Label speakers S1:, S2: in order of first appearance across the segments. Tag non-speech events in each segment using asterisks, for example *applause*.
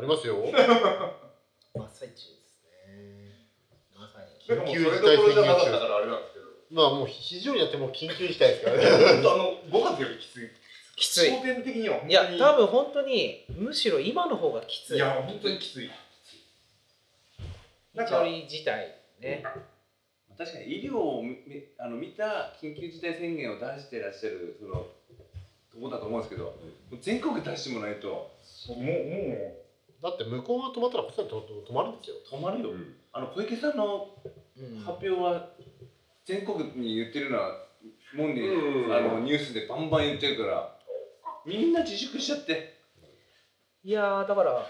S1: りますよ。 *laughs*
S2: 真っ最中ですね。まさに。
S1: 緊
S3: なんかもう
S1: 急
S3: そ
S1: 事
S3: れ
S1: 態
S3: どころじ
S1: 宣
S3: ゃなか
S1: 言
S3: った
S1: 中。
S3: からあれなんですけど。
S1: まあもう非常にやってもう緊急事態ですからね。
S3: 本
S1: *laughs*
S3: 当あの五月よりきつい。
S2: きつい。
S3: 焦点的には本当
S2: い
S3: に。
S2: や、多分本当に、むしろ今の方がきつい。
S3: いや本当にきつい。なん
S2: 非常
S3: か
S2: に事態ね。
S4: 確かに医療をみみあの見た緊急事態宣言を出してらっしゃるそのとこだと思うんですけど、もう全国出してもらえと
S3: もうも
S1: だって向こうが止まったらこっちはとと止まるんですよ。
S4: 止まるよ、あの小池さんの
S2: うん
S4: 発表は全国に言ってるようなもんで、
S3: うん
S4: あのニュースでバンバン言ってるからみんな自粛しちゃって
S2: いやーだから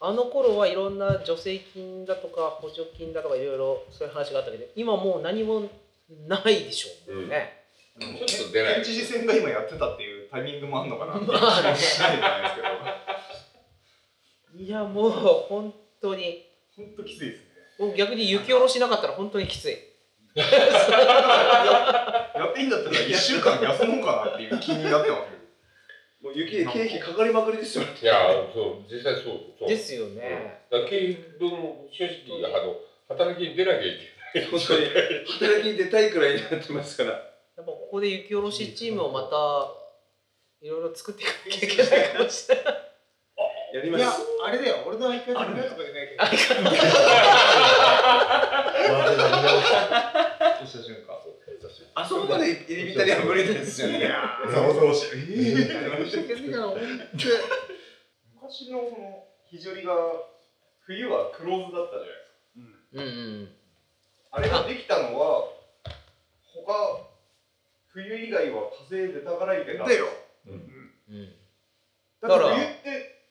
S2: あの頃はいろんな助成金だとか補助金だとかいろいろそういう話があったけど今もう何もないでしょうね、
S3: う
S4: うんちょっと出ない
S3: 県知事選が今やってたっていうタイミングもあんのかな。って気もしないじゃないですけど。
S2: いやもう本当に
S3: 本当きついですね。
S2: もう逆に雪下ろしなかったら本当にきつい
S3: やっていいんだったら一週間休もうかなっていう気になってます。
S4: もう雪で経費かかりまくりですよ
S5: いやそう実際そうそう
S2: ですよね、
S5: だから経営分も正直あの働きに出なきゃいけない
S4: 本当に働きに出たいくらいになってますから
S2: やっぱここで雪下ろしチームをまたいろいろ作っていかなきゃいけないかもしれない
S4: やり
S6: い
S4: ま
S6: や
S4: す、
S6: あれだよ、俺の相方のやつとかじゃないけど。
S3: 押した瞬間。
S4: あそこまで入り浸りは無理ですよ
S3: い
S4: ね
S3: やー
S1: ざわざわして
S3: 昔のこの肘折が冬はクローズだったじゃないですか。
S2: うんうん
S3: あれができたのは他冬以外は稼いで宝いてた。
S6: だよ。
S2: うん
S3: だから
S2: だから
S3: 冬って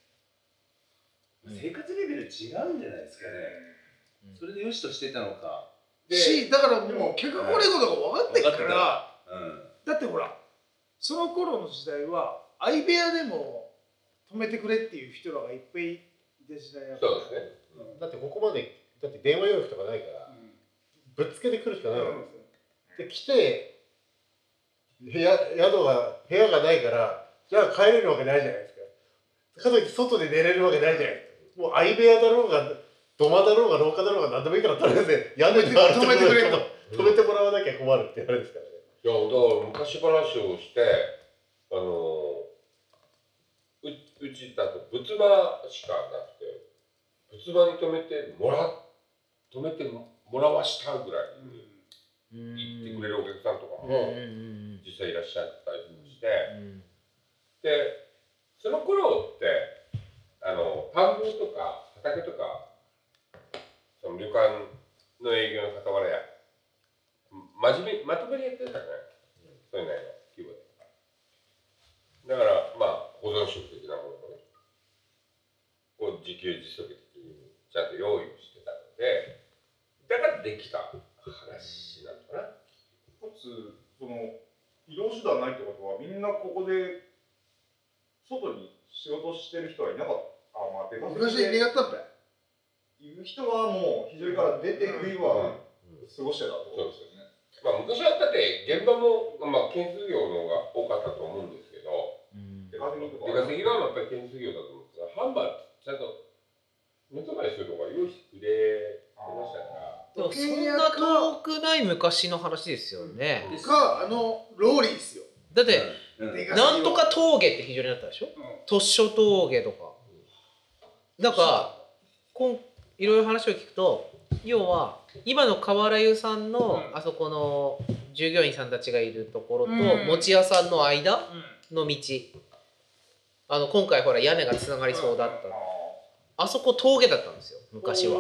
S4: 生活レベル違うんじゃないですかねそれでよしとしてたのか
S6: し、だからもう結果これことが分かってっか
S4: 分
S6: ら、
S4: うん
S6: だってほら、その頃の時代は、相部屋でも止めてくれっていう人らがいっぱいいた時代だから。
S5: そうですね
S1: だってここまでだって電話予約とかないからぶっつけてくるしかないわけですよ。で来て部屋宿が部屋がないからじゃあ帰れるわけないじゃないですか。かといって外で寝れるわけないじゃないですか。もう相部屋だろうが土間だろうが廊下だろうが何でもいいからとりあえず屋根があるところに
S6: 止めてくれと
S1: 止めてもらわなきゃ困るってあれですからね。
S5: いやだから昔話をしてあのううちだと仏間しかなくて仏間に止めてもら止めてもらわしたぐらいに
S2: うん
S5: 行ってくれるお客さんとか
S2: うんうんう
S5: も
S2: ん
S5: 実際いらっしゃったりもして
S2: うん
S5: でその頃ってあの田んぼとか畑とかその旅館の営業の傍らや真面目まとめにやってたからねそういうのやの規模でだからまあ保存食的なものもねこう自給自足的にちゃんと用意をしてたのでだからできた話なのかな
S3: 一つその移動手段ないってことはみんなここで外に仕事してる人はいなかった。あまあ出稼
S6: 昔
S3: ぎ
S6: 逃げ
S3: で
S6: やったんだよ。
S3: いる人はもう肘折から出て冬は過ごしてたってことですよね。
S5: まあ昔はだって現場も、まあ、建設業の方が多かったと思うんですけど、
S2: うん
S3: 出稼ぎと
S5: 出
S3: か。
S5: 稼ぎはやっぱり建設業だと思うんですがハンバーちゃんと目とまりするのが用意してくれてましたから
S2: でもそんな遠くない昔の話ですよね、
S6: か、あの、ローリーっすよ。
S2: だって、
S4: うん
S6: で
S2: なんとか峠って非常になったでしょ、突書峠とかだからこんいろいろ話を聞くと要は今の河原湯さんの
S6: うん
S2: あそこの従業員さんたちがいるところと
S6: うん
S2: 餅屋さんの間の道あの今回ほら屋根がつながりそうだったあそこ峠だったんですよ昔は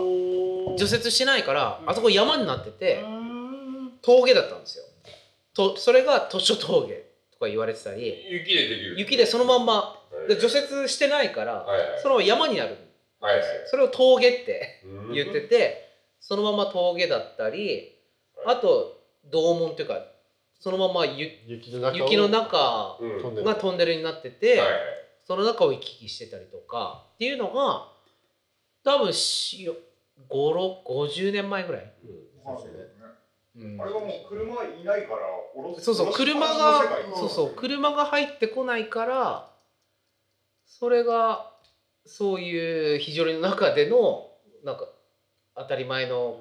S2: 除雪してないからあそこ山になってて峠だったんですよとそれが突書峠とか言われてたり
S5: 雪でできる
S2: 雪でそのまんま
S5: はい
S2: で除雪してないから、
S5: はいはい
S2: その山になるんですよ、
S5: はいはい
S2: それを峠って
S5: うん
S2: 言ってて、そのまま峠だったり、
S5: は
S2: あと道門というかそのままゆ
S1: 雪の中を
S2: 雪の中
S5: うん
S1: 飛んでる
S2: がトンネルになってて、
S5: はいはい
S2: その中を行き来してたりとかっていうのが多分しよ5 6 50年前ぐらい、
S3: あれはもう車いないから降ろす。
S2: そうそう
S3: 降ろしっぱ
S2: 車
S3: なし
S2: が
S3: の世界
S2: そうそう車が入ってこないからそれがそういう非常に中でのなんか当たり前の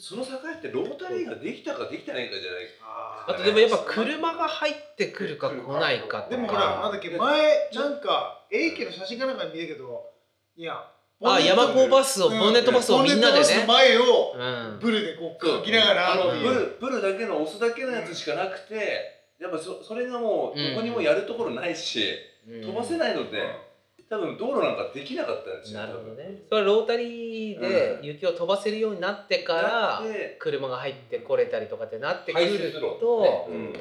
S4: その境ってロータリーができたかできてないかじゃない
S6: あ
S2: あとでもやっぱ車が入ってくるか来ないかとか
S6: でもほらなんだっけ前なんか A 家の写真かなんかで見たけどいや
S2: あ山高バスをボンネットバスをみんなで
S6: ボンネットバスの
S2: ね
S6: 前を
S2: うん
S6: ブルでこう書きながら
S4: あの
S6: って
S4: ブ
S6: いう
S4: ルブルだけの押すだけのやつしかなくてやっぱそそれがもう
S2: うん
S4: どこにもやるところないし、飛ばせないので多分道路なんかできなかったんですよ
S2: なるほどねそれはロータリーで雪を飛ばせるようになって
S4: 多
S2: か
S4: 分
S2: ら
S4: だって
S2: 車が入ってこれたりとかってなってく
S5: 排
S2: る
S5: 出路
S2: と、
S4: うん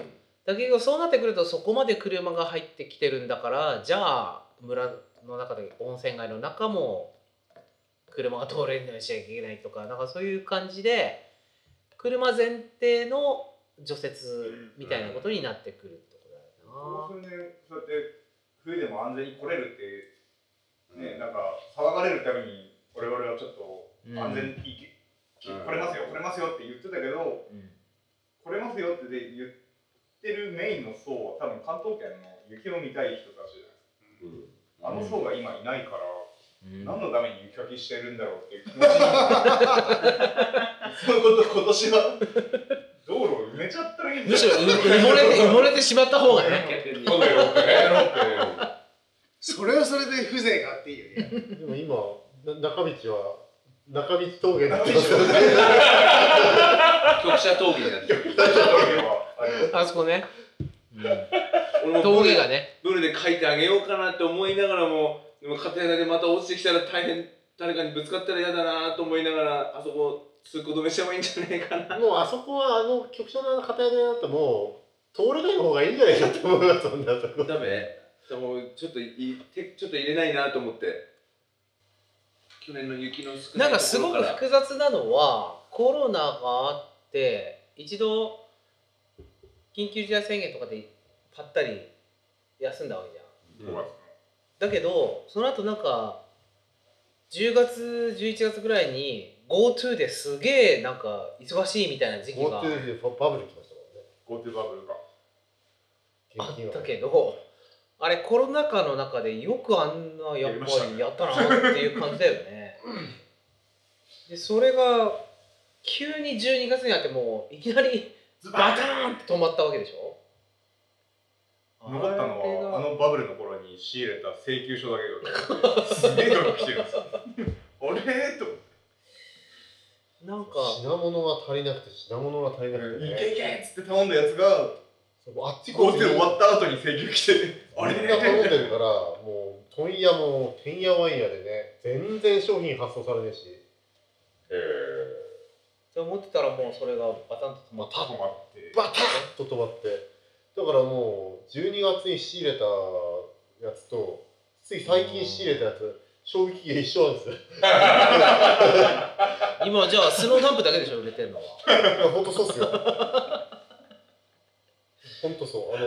S2: だけどそうなってくるとそこまで車が入ってきてるんだからじゃあ村の中で温泉街の中も車が通れるようにしちゃいけないとかなんかそういう感じで車前提の除雪みたいなことになってくるってこ
S3: こ
S2: とだよな。
S3: の数年そうやって冬でも安全に来れるってね、なんか騒がれるために我々はちょっと
S2: うん
S3: 安全に行け、来れますよ来れますよって言ってたけど
S2: うん
S3: 来れますよってで言ってるメインの層は多分関東圏の雪を見たい人たちじゃないですかあの層が今いないから、何のために雪かきしてるんだろうっていう気持ちに
S1: そういうこと今年は
S3: 道路を埋めちゃったらいいんじゃない
S2: むしろう埋もれて埋もれてしまった方がね。
S5: うん今度やろうかねやろうって
S6: それはそれで風情があっていいよね
S1: でも今な中道は中道峠になってます
S4: 局者峠になってる
S2: あそこね
S4: 俺もブル
S2: 峠がね。
S4: ブルで書いてあげようかなって思いながらもでも家庭内でまた落ちてきたら大変誰かにぶつかったら嫌だなと思いながらあそこ通行止めしてもいいんじゃないかな
S1: もうあそこはあの局所の片屋根だともう通れない方がいいんじゃないかと思いますそんなとこ
S4: ダメでもちょっとい手ちょっと入れないなと思って去年の雪の少な
S2: ないんかす
S4: とこ
S2: ご
S4: ろ
S2: く
S4: から
S2: 複雑なのはコロナがあって一度緊急事態宣言とかでぱったり休んだわけじゃんだけどその後なんか10月11月ぐらいに GoTo ですげえなんか忙しいみたいな時期が
S1: GoTo でバブル来ました
S3: ゴートゥーバブルか
S2: あ
S1: もんね
S2: ったけどあれコロナ禍の中でよくあんなやっぱりやったなっていう感じだよね。 *laughs* でそれが急に12月になってもういきなりバターンって止まったわけでしょ
S3: 残ったの
S2: あれ
S3: は
S2: が
S3: あのバブルの頃に仕入れた請求書だけがすげえ額来てるん *laughs* ですよあれと思って
S2: なんか
S1: 品物が足りなくて品物が足りなくて
S3: い
S1: ね
S3: けいけっつって頼んだやつが
S1: そうあっちこ
S3: ゴー
S1: っ
S3: ト
S1: ち
S3: ゥー終わった後に請求来てあれ
S1: みんな頼んでるからもう問屋もてんやわんやでね全然商品発送されねえし
S2: って思ってたらもうそれがバタンと止ま
S1: ま
S2: っ
S3: *laughs*
S1: あ
S3: 止まって *laughs*
S1: バタッと止まってだからもう12月に仕入れたやつとつい最近仕入れたやつ賞味期限一緒なんですよ
S2: た今じゃあスノーダンプだけでしょ売れてるのは
S1: いやほんとそうっす *laughs* よほんとそうあの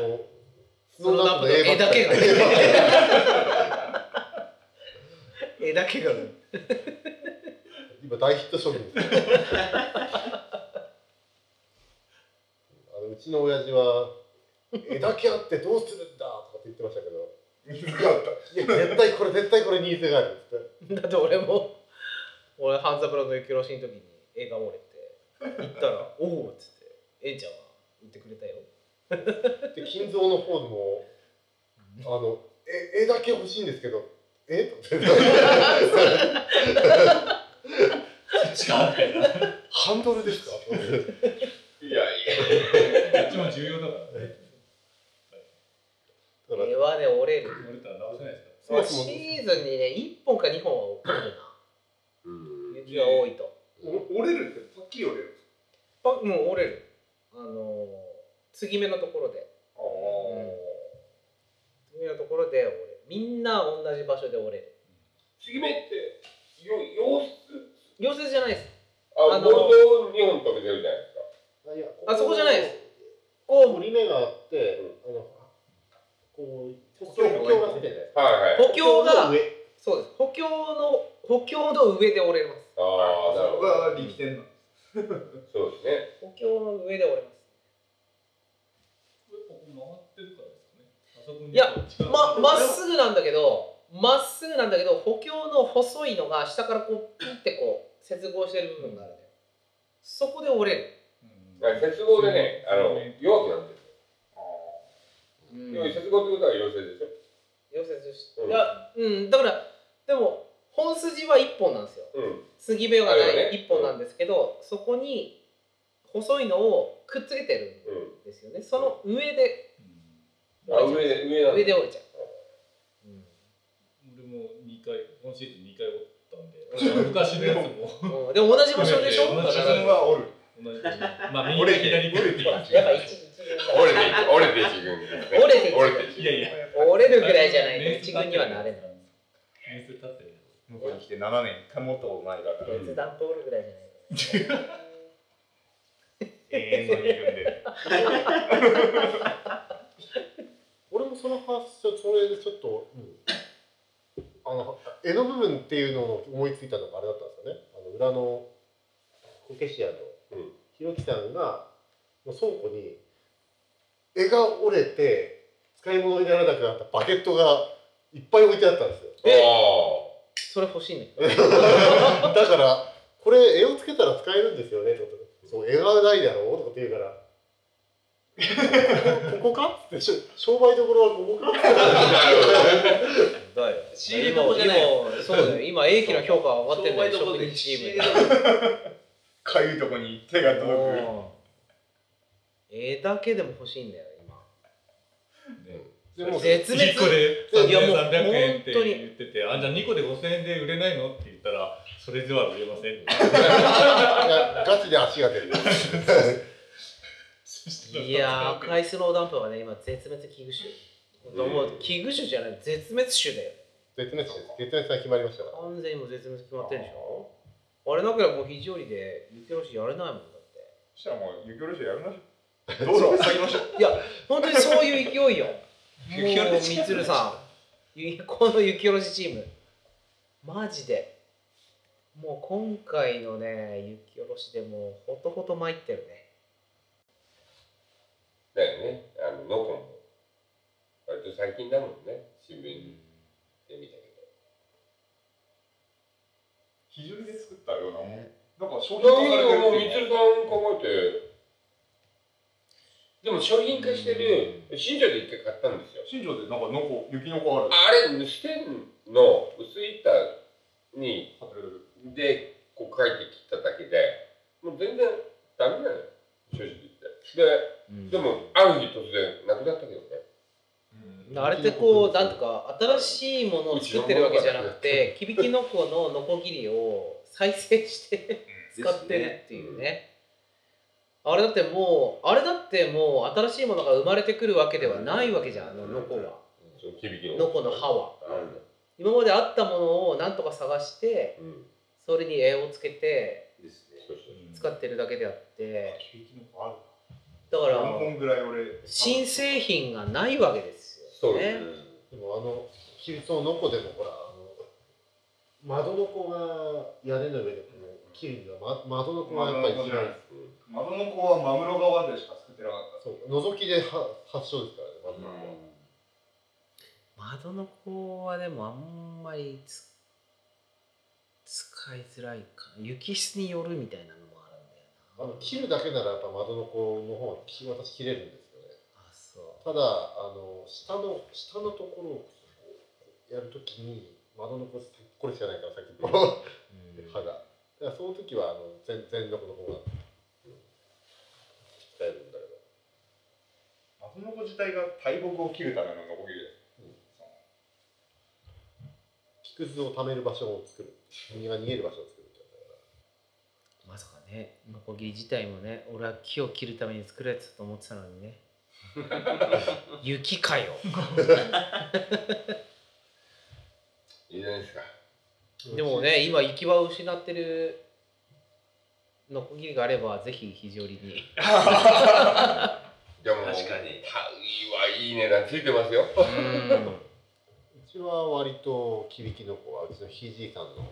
S2: スノーダンプの絵だけが *laughs* 絵だけが
S1: *laughs* 今大ヒット商品 *laughs* ですよあのうちの親父は「絵だけあってどうするんだ」とかって言ってましたけど
S3: 水があった
S1: 「いや絶対これ絶対これニーズがある」って
S2: だって俺も俺半三郎の雪下ろしの時に映画漏れて行ったら「おお」っつって「えんちゃんは言ってくれたよ
S1: で金蔵の方でも「あのえ絵だけ欲しいんですけどえ *laughs* とかってハンドルですか?」
S5: いやいや
S7: どっちも重要だからね。」
S1: だから
S2: 絵はね折れる
S7: 折れたら直せないですか
S1: そ
S2: ま
S1: も
S2: あ
S1: そも
S2: シーズンにね1本か2本は折れるな雪が多いと
S3: お折れるってパッキリ折れる
S2: パもう折れるあのー継ぎ目のところで
S3: あ
S2: 継ぎ目のところで折れるみんな同じ場所で折れる
S5: 継ぎ目ってよ様子
S2: 溶接じゃないです
S5: あ
S2: あ
S5: の
S2: の
S5: ボルト2本飛べてるじゃないですか
S1: あいやこ
S2: あそこじゃないです
S1: こう折り目があってあのこう補強補強がついてるじゃないですか
S5: はいはい
S2: 補強が
S1: 上
S2: そうです補強の補強の上で折れます
S5: ああなるほど
S3: あ力点なんで
S5: そうですね
S2: 補強の上で折れます
S7: これここ回ってるからですかね。あそこに
S2: いや
S7: 力が
S2: ままっすぐなんだけどまっすぐなんだけど補強の細いのが下からこうピッてこう接合してる部分があるのよそこで折れる、
S5: 接合でね、あの弱くなってる。
S2: うん、
S5: 要は接合ってことは陽性でしょ。
S2: 溶接し
S5: うん
S2: いやうんだからでも本筋は1本なんですよ
S5: うん。
S2: 継ぎ目は
S5: あれ
S2: な
S5: はいね
S2: 1本なんですけど、そこに細いのをくっつけてる
S5: う
S2: ん
S5: ん。
S2: ですよねその上で
S5: あ、上で、上なんだ
S2: 上で折れちゃう、うん
S7: 俺も二回、今シーズン二回折
S2: *laughs*
S7: ったんで、昔のやつも
S2: うんでも同じ場所でしょ
S7: 同
S2: だ
S7: じ
S2: か
S7: 場所
S2: ら
S1: 分はおる
S7: 同じ。まあ、右か左かっていう感じ。
S2: やっぱ一一軍だから
S5: 折れていく、折れていくん
S2: 折れていく
S5: *laughs* ですね。折れていく。
S7: いやいや。
S2: 折れるぐらいじゃないと一軍にはなれない。
S7: 年数経ってる。
S3: 向こうに来て7年一回もったことないから
S2: 別段通るぐらいじゃない
S3: 永遠の二軍で
S1: 俺もその発想それでちょっと、あの絵の部分っていうのを思いついたのがあれだったんですよねあの裏のこけし屋の
S5: うん
S1: ひろきさんがもう倉庫に絵が折れて使い物にならなくなったバケットがいっぱい置いてあったんですよ *laughs*
S2: え
S5: あ
S2: それ欲しいね。
S1: だからこれ絵をつけたら使えるんですよねとかそう絵がないだろうとかって言う
S5: *laughs*
S1: からここかってしょ商売どころはここか
S5: あ。なるほどね。
S2: だよ。
S4: 仕入れとこじゃない
S2: 今そうだよ。今英気の評価は上がってるんだよ。
S4: 商売どこ
S2: 職
S4: ろで
S2: 人チーム
S4: 仕入
S3: かゆいとこに手が届く
S2: 絵だけでも欲しいんだよ
S1: で
S2: 今。
S1: も
S2: 絶滅
S7: 1個で3
S2: いやもう
S7: 0 0円って
S2: 本当に
S7: 言ってて、あ、じゃあ2個で5000円で売れないのって言ったら、それでは売れませんって。
S1: いやガチで足が出 *laughs* る。
S2: いやー、アカイスローダンプはね、今絶滅危惧種。もう危惧種じゃない、絶滅種だよ。
S1: 絶滅です。絶滅が決まりましたから。
S2: 完全にもう絶滅決まってるでしょ。あれなければもう非常理で雪下ろしやれないもんだって。
S3: そしたらもう雪下ろしやめましょう道路を塞ぎましょう
S2: 本当にそういう勢い
S5: *laughs*
S2: よ。もう、みつるさん、ゆこの雪下ろしチーム、マジで、もう今回のね、雪下ろしでもう、ほとほと参ってるね。
S5: だよね。あの、ノコも。割と最近だもんね。新聞で見たけど。
S3: 非常にで作ったようなもんだから商
S5: い
S3: 品
S5: や
S3: 化さ
S5: い
S3: れ
S5: やいやもう
S3: てる
S5: みつるさん考えてでも商品化してる新庄で一回買ったんですよ
S3: 新庄でなんかのこ雪の子ある
S5: あれ支店の薄い板に
S3: 買ってくれる
S5: でこう書いて切っただけでもう全然ダメなのよ正直言ってででもある日突然なくなったけどね
S2: あれってこう、なんとか、新しいものを作ってるわけじゃなくて、きびきのこののこぎりを再生して使ってるっていうね。あれだってもう、あれだってもう、新しいものが生まれてくるわけではないわけじゃん、あのノコは。
S5: その響きの
S2: ノコの歯は。
S5: うん
S2: 今まであったものをなんとか探して
S5: うん
S2: それに絵をつけて
S4: ですね
S5: そうそう
S2: 使ってるだけであって
S3: 雪の子ある
S2: だか
S3: 4
S2: ら
S3: 本ぐらい俺
S2: 新製品がないわけです
S5: そ
S2: よ
S5: うです
S2: ね
S5: ね
S1: でもあの比率のノコでもほらあの窓の子が屋根の上でこう切るには、ま、窓の子がやっぱり
S3: 窓の子じ
S1: 一
S3: ゃない
S1: 番
S3: 窓の子はマグロ側でしか作ってなかっ
S1: そう覗きでは発症ですからね窓の子は。
S2: 窓の子はでもあんまりつ使いづらいかな雪質によるみたいなのもあるんだよな
S1: あの切るだけならやっぱ窓の子の方がき私切れるんですよね。
S2: あそ
S1: ただあの下の下のところをこうやるときに窓の子これしかないからさっきの。
S2: う、うん
S1: 歯が。だからその時はあの全全力の方が使えるんだけ
S3: た窓の子自体が大木を切るためのノコギリ
S1: ど、木くずを貯める場所を作る、人間が逃げる場所を作るって
S2: まさかねノコギリ自体もね俺は木を切るために作られてたと思ってたのにね雪か *laughs* よ
S5: いいじゃないですか
S1: こと
S2: でも。ね、今行き場を失ってるノコギリがあれば、ぜひ非常に *laughs* に。
S5: じゃあもう
S4: 確かに
S5: タイはいい値段ついてますよ
S1: うちは割とキビキの子はうちのひいじいさんの。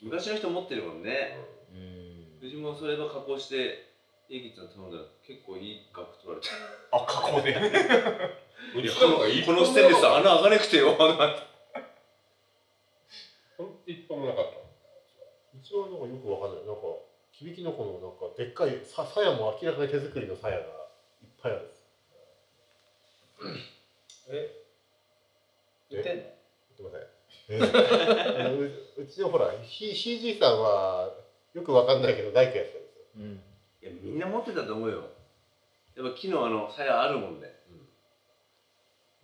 S4: 昔の人持ってるもんね
S2: うん
S4: うちもそれば加工してエギちゃん頼んだら結構いい額取られた
S3: あ加工で
S5: うちの方がいい
S4: このステンレス穴開かなくてよ
S1: はなんかよくわかんないなんか響きのこのなんかでっかいさ鞘も明らかに手作りの鞘がいっぱいあるんです
S6: 言ってんの
S1: すいませんあのううちのほら C- CG さんはよくわかんないけど大工やってたんですよ
S2: うん
S4: いやみんな持ってたと思うよやっぱ木のあの鞘あるもんね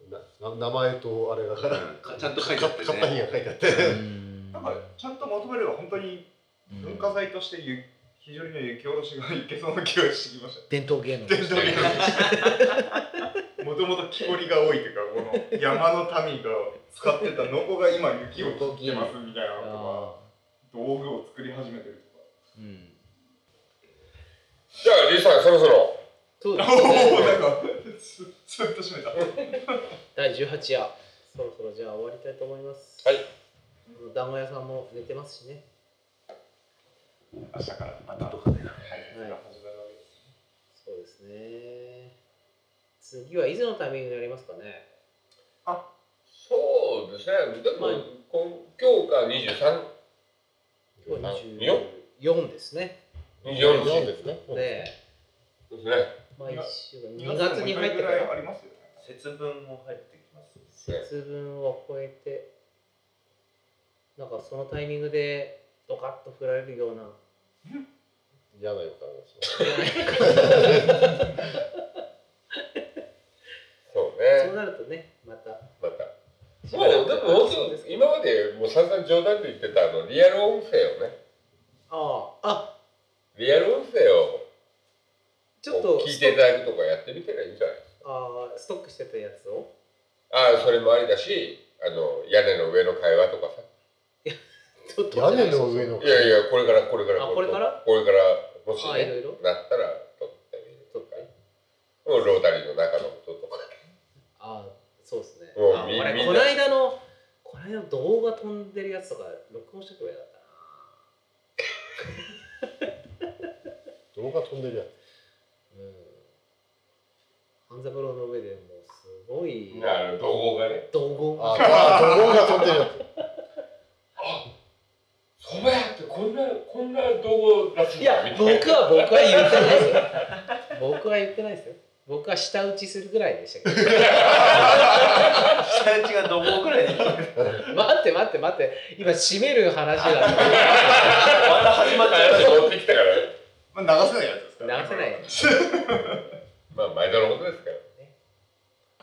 S1: なな名前とあれだから
S4: うんちゃんと書いてあってね
S1: か型には書いてあって
S3: なんかちゃんとまとめれば本当に文化財としてゆ非常にね雪下ろしがいけそうな気がしてきました
S2: 伝統芸能
S3: 伝統芸能もともと木彫りが多いというかこの山の民が使ってたノコが今雪を切ってますみたいなの
S2: あ
S3: とか道具を作り始めてるとか
S2: ーうん
S5: じゃあ、リュウさん、そろそろ。
S2: そうです
S3: おお
S5: *laughs*
S2: ね
S3: なんかススッと締めた
S2: 第18夜そろそろじゃあ終わりたいと思います
S5: はい
S2: 団子屋さんも寝てますしね
S3: 明日からまた
S2: はいそうですね次はいつのタイミングになりますかね
S5: そうですね。でも、
S2: はい
S5: こん今日が二十三、
S2: 今日は
S5: 四、
S2: 24ですね
S5: 二十四
S1: そう
S5: で
S1: ですね
S2: で
S5: すね。
S2: まあ
S3: い
S2: 1
S3: や
S2: 週間2月に入ってか
S3: ぐらい
S2: ら
S3: ありますよね
S4: 節分も入ってきます *laughs*
S2: 節分を超えてなんかそのタイミングでドカッと振られるような
S1: 嫌な予感がします
S5: そう
S2: そ
S5: ね
S2: う。なるとねまた
S5: また。もう、でも、本
S2: そう
S5: 当
S2: です
S5: に、
S2: けど
S5: 今まで、もう散々冗談で言ってた、あの、リアル音声をね。
S2: あああ
S5: リアル音声を。
S2: ちょっと
S5: 聞いていただくとかやってみたらいいんじゃない
S2: ああストックしてたやつを
S5: ああ、それもありだし、あの、屋根の上の会話とかさ。
S2: ちょっと
S1: 屋根の上の
S5: いやいや、これから、これから。
S2: あこれから
S5: これから、もし
S2: ああいろ
S5: ね
S2: いろ、
S5: なったら、撮ってみる
S2: ちょ
S5: と
S2: っ
S5: か
S2: と。ね
S5: もうロータリーの中のこととか。
S2: ああそうですね
S5: うん
S2: あ
S5: み
S2: あれ
S5: みん
S2: こ
S5: な
S2: の間のこの間の動画飛んでるやつとか録音しとけばよかったな
S1: 動画飛んでるや
S2: うん。半三郎の上でもうすごい
S5: あの、動画がね。
S2: 道具
S1: つああ動画が飛んでるや
S5: そば屋ってこんな、こんな動画らしい
S2: いや僕は僕は言ってないですよ。僕は言ってないですよ。僕は舌打ちするぐらいでしたけど。
S4: 下打ちがどこぐらいにま
S2: 待って待って待って。今締める話な
S5: *laughs*
S2: んで
S4: た始まっちゃう
S5: 話 *laughs* 持ってきたからね。
S3: まあ流せないやつですか
S2: 流
S3: らね
S2: せないよ。
S5: まあ、前田のことですから。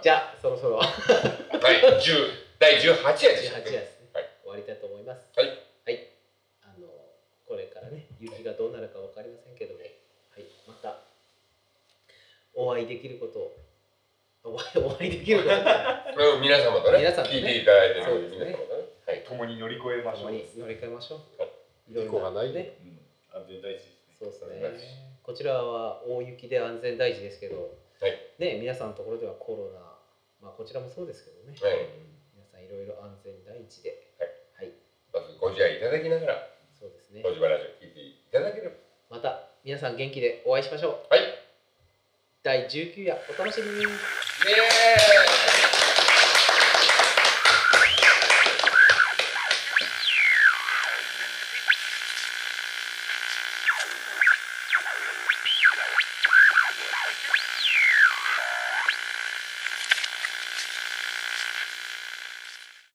S2: じゃあそろそろ
S5: はい、十、第十八夜で
S2: 18
S5: したっ
S2: 話ですね、
S5: け。はい
S2: 終わりたいと思います。
S5: はい
S2: はいあのこれからね雪がどうなるかわかりませんけども、はいまたお会いできることをお会いお会いできることを
S5: うん皆様とね、
S2: 皆様とね
S5: 聞いていただいて
S2: そう
S5: る
S2: です
S5: 皆
S2: ね
S5: 様とね。はい。
S3: *laughs* 共に乗り越えましょ
S2: 共
S3: う
S2: に乗り換えましょう。いろ
S1: つ
S2: い
S1: 事
S2: ろ
S1: 故がないように
S2: ね。
S7: うん安全第一ですね
S2: そうです
S5: お願いし
S2: ね。こちらは大雪で安全第一ですけど、
S5: はい
S2: ね皆さんのところではコロナ、まあこちらもそうですけどね。
S5: はい
S2: 皆さんいろいろ安全第一で、はい、
S5: まずご自愛いただきながら、
S2: そうですね。
S5: 小島ラジオ聞いていただければ。
S2: また皆さん元気でお会いしましょう。
S5: はい。
S2: 第19夜お楽しみに。
S5: イエーイ